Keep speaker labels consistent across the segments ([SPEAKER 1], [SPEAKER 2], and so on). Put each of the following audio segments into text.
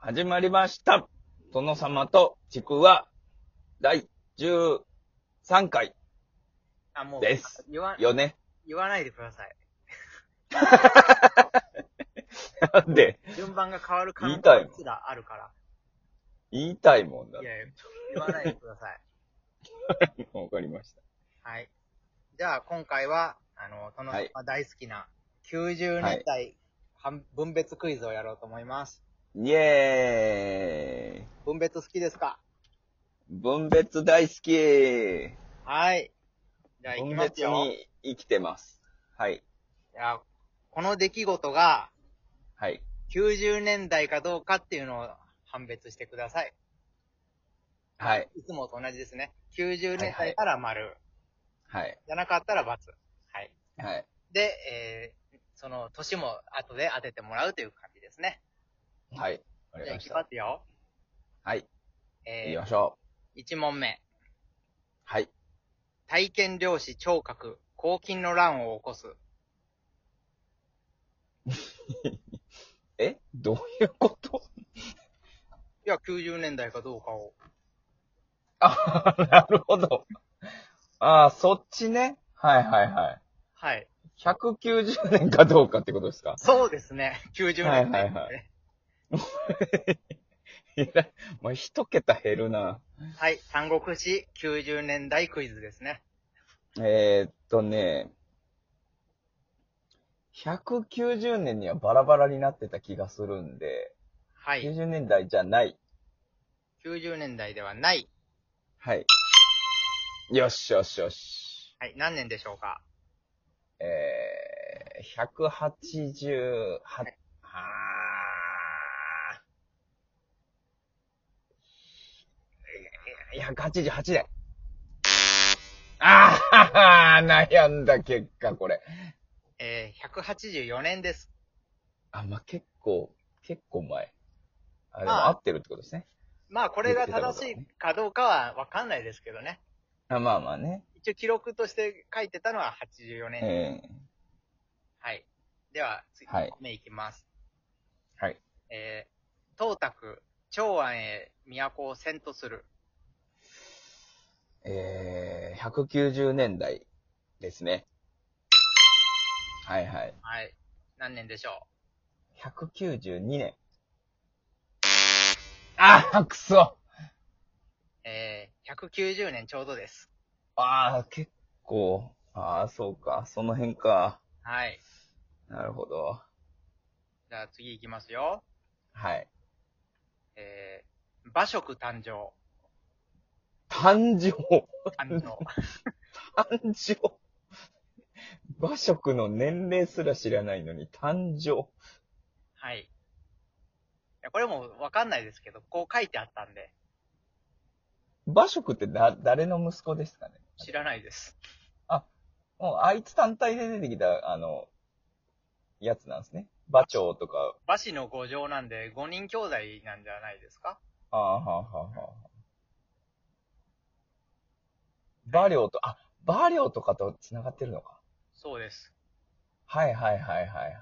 [SPEAKER 1] 始まりました。殿様とちくわ、第13回
[SPEAKER 2] あ、もう。
[SPEAKER 1] です
[SPEAKER 2] 言わ、
[SPEAKER 1] よね。
[SPEAKER 2] 言わないでください。
[SPEAKER 1] なんで、
[SPEAKER 2] 順番が変わる可能
[SPEAKER 1] 言いたい
[SPEAKER 2] 性すらあるか
[SPEAKER 1] 言いたいもんだ
[SPEAKER 2] ら。い。やいや、言わないでください。
[SPEAKER 1] わかりました。
[SPEAKER 2] はい。じゃあ、今回は、あの、殿
[SPEAKER 1] はい
[SPEAKER 2] 様大好きな
[SPEAKER 1] は
[SPEAKER 2] 90年
[SPEAKER 1] い
[SPEAKER 2] 代、半分別クイズをやろうと思います。
[SPEAKER 1] イエーイ
[SPEAKER 2] 分別好きですか
[SPEAKER 1] 分別大好き
[SPEAKER 2] はい。じゃあ、行き
[SPEAKER 1] 分
[SPEAKER 2] ます
[SPEAKER 1] 別
[SPEAKER 2] よ。
[SPEAKER 1] に生きてます。はい。
[SPEAKER 2] いや、この出来事が
[SPEAKER 1] はい。
[SPEAKER 2] 90年代かどうかっていうのを判別してください。
[SPEAKER 1] はい。。
[SPEAKER 2] いつもと同じですね。90年代から丸、
[SPEAKER 1] はい。
[SPEAKER 2] じゃなかったら×。はい。
[SPEAKER 1] はい。
[SPEAKER 2] で、えー、その年も後で当ててもらうという感じですね。
[SPEAKER 1] はい。わか
[SPEAKER 2] じ
[SPEAKER 1] り
[SPEAKER 2] ゃ
[SPEAKER 1] ま
[SPEAKER 2] あ行
[SPEAKER 1] し
[SPEAKER 2] きま
[SPEAKER 1] た。
[SPEAKER 2] すよ。
[SPEAKER 1] はい。行き
[SPEAKER 2] え
[SPEAKER 1] ましょう。
[SPEAKER 2] ー、1問目。
[SPEAKER 1] はい。
[SPEAKER 2] 体験漁師聴覚、抗菌の乱を起こす。
[SPEAKER 1] えどういうこと
[SPEAKER 2] いや、90年代かどうかを。
[SPEAKER 1] あ、 なるほど。ああ、そっちね。はいはいはい。
[SPEAKER 2] はい。
[SPEAKER 1] 190年かどうかってことですか
[SPEAKER 2] そうですね。90年代、
[SPEAKER 1] はいはいはえらいもう一桁減るな。
[SPEAKER 2] はい三国志90年代クイズですね。
[SPEAKER 1] えー、っとね、190年にはバラバラになってた気がするんで、
[SPEAKER 2] はい。
[SPEAKER 1] 90年代じゃない。
[SPEAKER 2] 90年代ではない。
[SPEAKER 1] はい。よしよしよし。
[SPEAKER 2] はい。何年でしょうか
[SPEAKER 1] えー、188、あーいやいや188年。ああ、悩んだ結果、これ。
[SPEAKER 2] えー、184年です。
[SPEAKER 1] あ、まあ、結構、結構前。あ、でも
[SPEAKER 2] まあ
[SPEAKER 1] 合ってるってことですね。
[SPEAKER 2] まあ、これが正しいかどうかはわかんないですけどね。
[SPEAKER 1] あまあまあね。
[SPEAKER 2] 一応記録として書いてたのは84年。
[SPEAKER 1] ええ
[SPEAKER 2] はい。では、次、
[SPEAKER 1] はい
[SPEAKER 2] 1個目いきます。
[SPEAKER 1] はい。
[SPEAKER 2] えー、東卓、長安へ都を遷都する。
[SPEAKER 1] ええ190年代ですね。はいはい。
[SPEAKER 2] はい。何年でしょ
[SPEAKER 1] 192年。ああ、くそ
[SPEAKER 2] うえー、190年ちょうどです。
[SPEAKER 1] ああ、結構。ああ、そうか。その辺か。
[SPEAKER 2] はい。
[SPEAKER 1] なるほど。
[SPEAKER 2] じゃあ次いきますよ。
[SPEAKER 1] はい。
[SPEAKER 2] えー、馬食誕生。
[SPEAKER 1] 誕生。
[SPEAKER 2] 誕生。
[SPEAKER 1] 誕生。馬食の年齢すら知らないのに、誕生。
[SPEAKER 2] はい。いやこれもわかんないですけど、こう書いてあったんで、
[SPEAKER 1] 馬食ってだ、誰の息子ですかね
[SPEAKER 2] 知らないです。
[SPEAKER 1] もう、あいつ単体で出てきた、あの、やつなんですね。馬長とか。
[SPEAKER 2] 馬氏の五条なんで、五人兄弟なんじゃないですか
[SPEAKER 1] ああ、はあ、はあ、はあ。馬領と、あ、馬領とかと繋がってるのか。
[SPEAKER 2] そうです。
[SPEAKER 1] はいはいはいはい。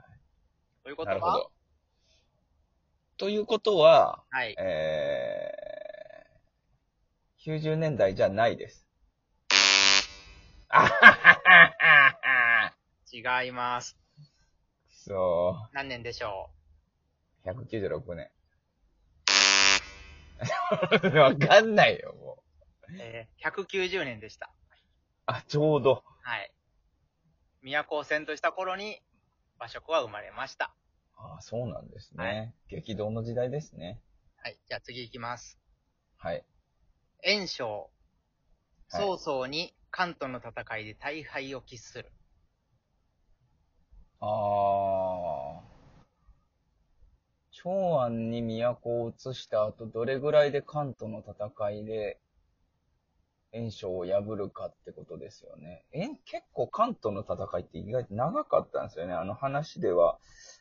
[SPEAKER 2] ということ
[SPEAKER 1] な
[SPEAKER 2] は
[SPEAKER 1] るほど。ということは、
[SPEAKER 2] はい。
[SPEAKER 1] えー、90年代じゃないです。あはははは
[SPEAKER 2] 違います。
[SPEAKER 1] そ
[SPEAKER 2] 何年でしょ
[SPEAKER 1] う、196年。 わかんないよ、もう。
[SPEAKER 2] う、えー、?190 年でした。
[SPEAKER 1] あ、ちょうど。
[SPEAKER 2] はい。都を遷都した頃に、馬食は生まれました。
[SPEAKER 1] あそうなんですね。激動の時代ですね。
[SPEAKER 2] はい。じゃあ次行きます。
[SPEAKER 1] はい。
[SPEAKER 2] 炎章。
[SPEAKER 1] はい
[SPEAKER 2] 曹操に関東の戦いで大敗を喫する。
[SPEAKER 1] あー。長安に都を移した後、どれぐらいで関東の戦いで、炎章を破るかってことですよね。え、結構関東の戦いって意外と長かったんですよね。あの話では、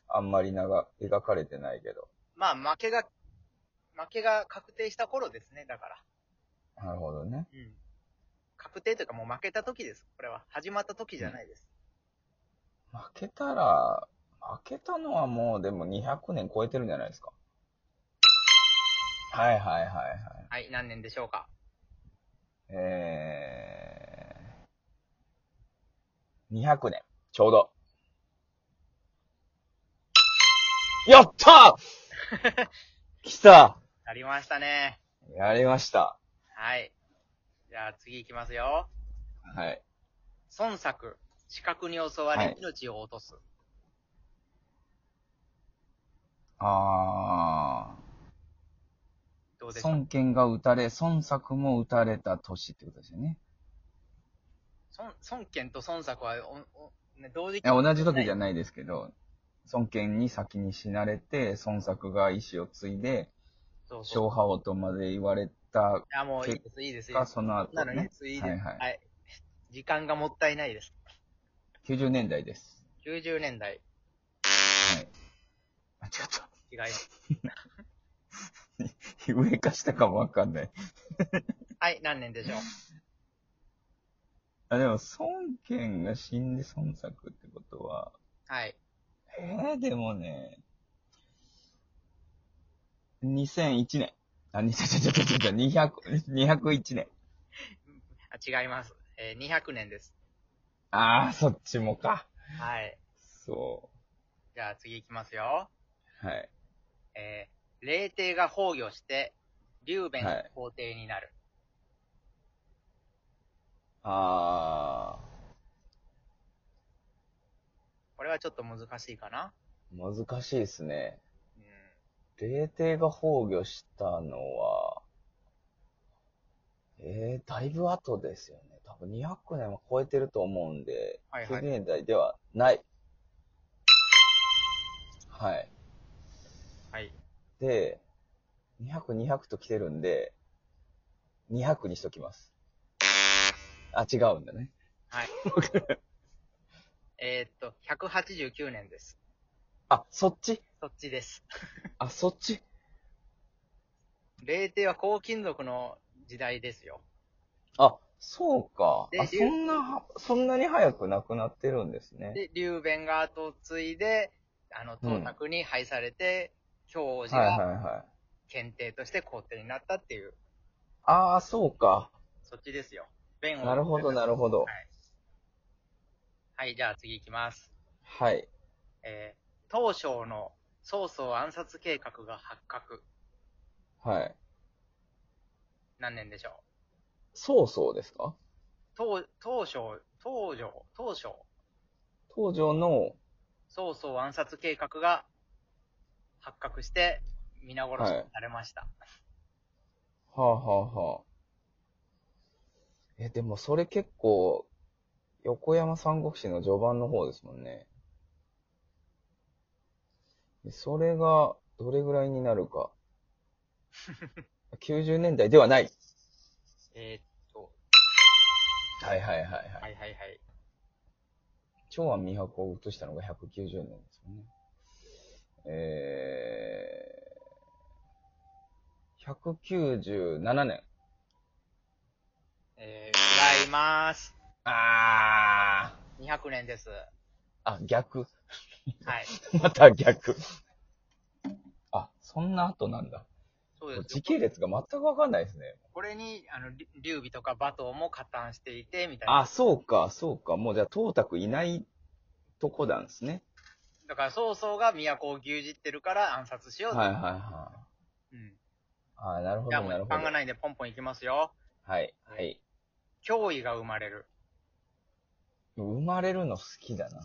[SPEAKER 1] あんまり長、描かれてないけど。
[SPEAKER 2] まあ、負けが、負けが確定した頃ですね、だから。
[SPEAKER 1] なるほどね。
[SPEAKER 2] うん。確定というかもう負けた時です。これは。始まった時じゃないです。
[SPEAKER 1] 負けたら、負けたのはもうでも200年超えてるんじゃないですか。はいはいはいはい。
[SPEAKER 2] はい、何年でしょうか。
[SPEAKER 1] えー、200年、ちょうど。やった ー来た
[SPEAKER 2] なりましたね。
[SPEAKER 1] やりました。
[SPEAKER 2] はい。じゃあ次行きますよ。
[SPEAKER 1] はい。
[SPEAKER 2] 孫作、視覚に襲
[SPEAKER 1] は
[SPEAKER 2] われ
[SPEAKER 1] い
[SPEAKER 2] 命を落とす。
[SPEAKER 1] あ
[SPEAKER 2] どうで
[SPEAKER 1] ー、
[SPEAKER 2] しょう
[SPEAKER 1] 孫権が撃たれ、孫作も撃たれた年ってことですよね。
[SPEAKER 2] 孫孫権と孫作はおお、ね、同時
[SPEAKER 1] いや、同じ時じゃないですけど、孫権に先に死なれて、孫作が意志を継いで、
[SPEAKER 2] そうそ
[SPEAKER 1] 小
[SPEAKER 2] う。
[SPEAKER 1] 覇王とまで言われた
[SPEAKER 2] いや、もういいです、いいです、いいで
[SPEAKER 1] が、
[SPEAKER 2] す。
[SPEAKER 1] その
[SPEAKER 2] な
[SPEAKER 1] 後
[SPEAKER 2] の
[SPEAKER 1] ね
[SPEAKER 2] ね、、いいです、
[SPEAKER 1] は
[SPEAKER 2] はいい、
[SPEAKER 1] はい
[SPEAKER 2] 時間がもったいないです。
[SPEAKER 1] 90年代です。
[SPEAKER 2] 90年代、
[SPEAKER 1] はい。あちょっ
[SPEAKER 2] 違います。
[SPEAKER 1] と、上か下かもわかんない。
[SPEAKER 2] はい、何年でしょう。
[SPEAKER 1] あ、でも、孫権が死んで孫作ってことは、
[SPEAKER 2] はい。
[SPEAKER 1] えー、でもね、2001年。あ、2000、ちょちょちょちょ、200、201年。
[SPEAKER 2] あ違います。えー、200年です。
[SPEAKER 1] あー、そっちもか。
[SPEAKER 2] はい。
[SPEAKER 1] そ
[SPEAKER 2] じゃあ次行きますよ。
[SPEAKER 1] う。はい。
[SPEAKER 2] えー、霊帝が崩御して、劉弁の皇帝になる。
[SPEAKER 1] あ
[SPEAKER 2] これはちょっと難しいかな。
[SPEAKER 1] ー、難しいですね。
[SPEAKER 2] うん。
[SPEAKER 1] 霊帝が崩御したのは、えー、だいぶ後ですよね。多分200年は超えてると思うんで、
[SPEAKER 2] はいはい
[SPEAKER 1] 90年代ではない。はい。
[SPEAKER 2] はい。
[SPEAKER 1] で、200、200と来てるんで、200にしときます。あ、違うんだね。
[SPEAKER 2] えー、っと、189年です。
[SPEAKER 1] あ、そっち
[SPEAKER 2] そっちです。
[SPEAKER 1] あ、そっち
[SPEAKER 2] 霊帝は黄金属の時代ですよ。
[SPEAKER 1] あ、そうか。あ、
[SPEAKER 2] で
[SPEAKER 1] そんなは、そんなに早くなくなってるんですね。
[SPEAKER 2] で、劉弁が後を継いで、あの、
[SPEAKER 1] うん
[SPEAKER 2] 董卓に配されて、京王子
[SPEAKER 1] はいはい
[SPEAKER 2] が
[SPEAKER 1] はい。
[SPEAKER 2] 検定として皇帝になったっていう、
[SPEAKER 1] ああ、そうか。
[SPEAKER 2] そっちですよ。弁を。
[SPEAKER 1] なるほど、なるほど。
[SPEAKER 2] はい。はい、じゃあ次行きます。
[SPEAKER 1] はい。
[SPEAKER 2] えー、東省の曹操暗殺計画が発覚。
[SPEAKER 1] はい。
[SPEAKER 2] 何年でしょう
[SPEAKER 1] 曹操ですか
[SPEAKER 2] 東、東省、東省、東省、
[SPEAKER 1] 東条の、
[SPEAKER 2] 曹操暗殺計画が発覚して、皆殺しにされました。
[SPEAKER 1] はあはあはあ。え、でもそれ結構、横山三国志の序盤の方ですもんね。でそれが、どれぐらいになるか。90年代ではない。
[SPEAKER 2] えーっと、
[SPEAKER 1] はいはいはいは。
[SPEAKER 2] はいいはいはい。
[SPEAKER 1] 長安美白を移したのが190年ですよね。えー、197年。
[SPEAKER 2] えー、違います。
[SPEAKER 1] あー。
[SPEAKER 2] 200年です。
[SPEAKER 1] あ、逆。
[SPEAKER 2] はい。
[SPEAKER 1] また逆。あ、そんな後なんだ。
[SPEAKER 2] そうです
[SPEAKER 1] 時
[SPEAKER 2] よ。
[SPEAKER 1] 系列が全くわかんないですね。
[SPEAKER 2] これに、あの、り劉備とか馬頭も加担していて、みたいな。
[SPEAKER 1] あ、そうか、そうか。もうじゃあ、董卓いないとこなんですね。
[SPEAKER 2] だから曹操が都を牛耳ってるから暗殺しようと。
[SPEAKER 1] はいはいはい。
[SPEAKER 2] うん。
[SPEAKER 1] あーなるほ
[SPEAKER 2] じゃあ
[SPEAKER 1] ど、
[SPEAKER 2] も
[SPEAKER 1] なる
[SPEAKER 2] う
[SPEAKER 1] ほ
[SPEAKER 2] 時
[SPEAKER 1] ど。
[SPEAKER 2] 間が
[SPEAKER 1] はい、
[SPEAKER 2] ないんでポンポンいきますよ。
[SPEAKER 1] はい。
[SPEAKER 2] 脅威が生まれ る。
[SPEAKER 1] 生まれるの好きだな。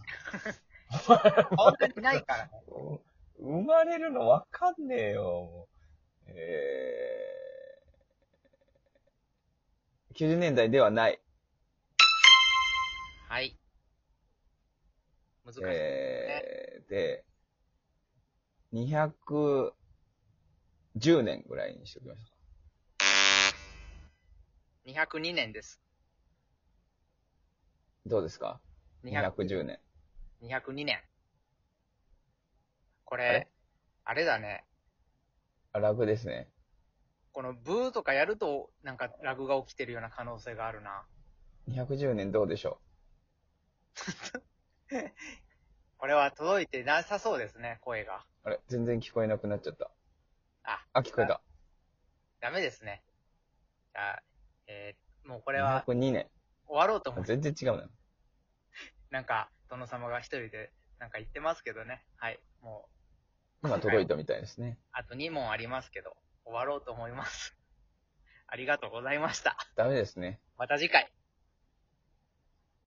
[SPEAKER 2] 本当にないからね。
[SPEAKER 1] う生まれるのわかんねえよ。もうえー、90年代ではない。
[SPEAKER 2] はい。難しい。
[SPEAKER 1] えー、で、210年ぐらいにしておきました。
[SPEAKER 2] 202年です。
[SPEAKER 1] どうですか
[SPEAKER 2] 200
[SPEAKER 1] ?210 年。
[SPEAKER 2] 202年。こ
[SPEAKER 1] あれ
[SPEAKER 2] れ、あれだね。
[SPEAKER 1] あ楽ですね。
[SPEAKER 2] このブーとかやると、なんかラグが起きてるような可能性があるな。
[SPEAKER 1] 210年どうでしょ
[SPEAKER 2] これは届いてなさそうですね、声が。
[SPEAKER 1] うあれ全然聞こえなくなっちゃった。
[SPEAKER 2] あ、
[SPEAKER 1] あ、聞こえた。
[SPEAKER 2] ダメですね。じゃあ、えーもうこ
[SPEAKER 1] こ
[SPEAKER 2] れは
[SPEAKER 1] 202年。
[SPEAKER 2] 終わろうと思
[SPEAKER 1] あ
[SPEAKER 2] って、
[SPEAKER 1] 全然違うな。
[SPEAKER 2] なんか、殿様が一人でなんか言ってますけどね。はい。もう、
[SPEAKER 1] 今届いたみたいですね。
[SPEAKER 2] あと2問ありますけ ど、終わろうと思います。ありがとうございました。
[SPEAKER 1] ダメですね。
[SPEAKER 2] また次回。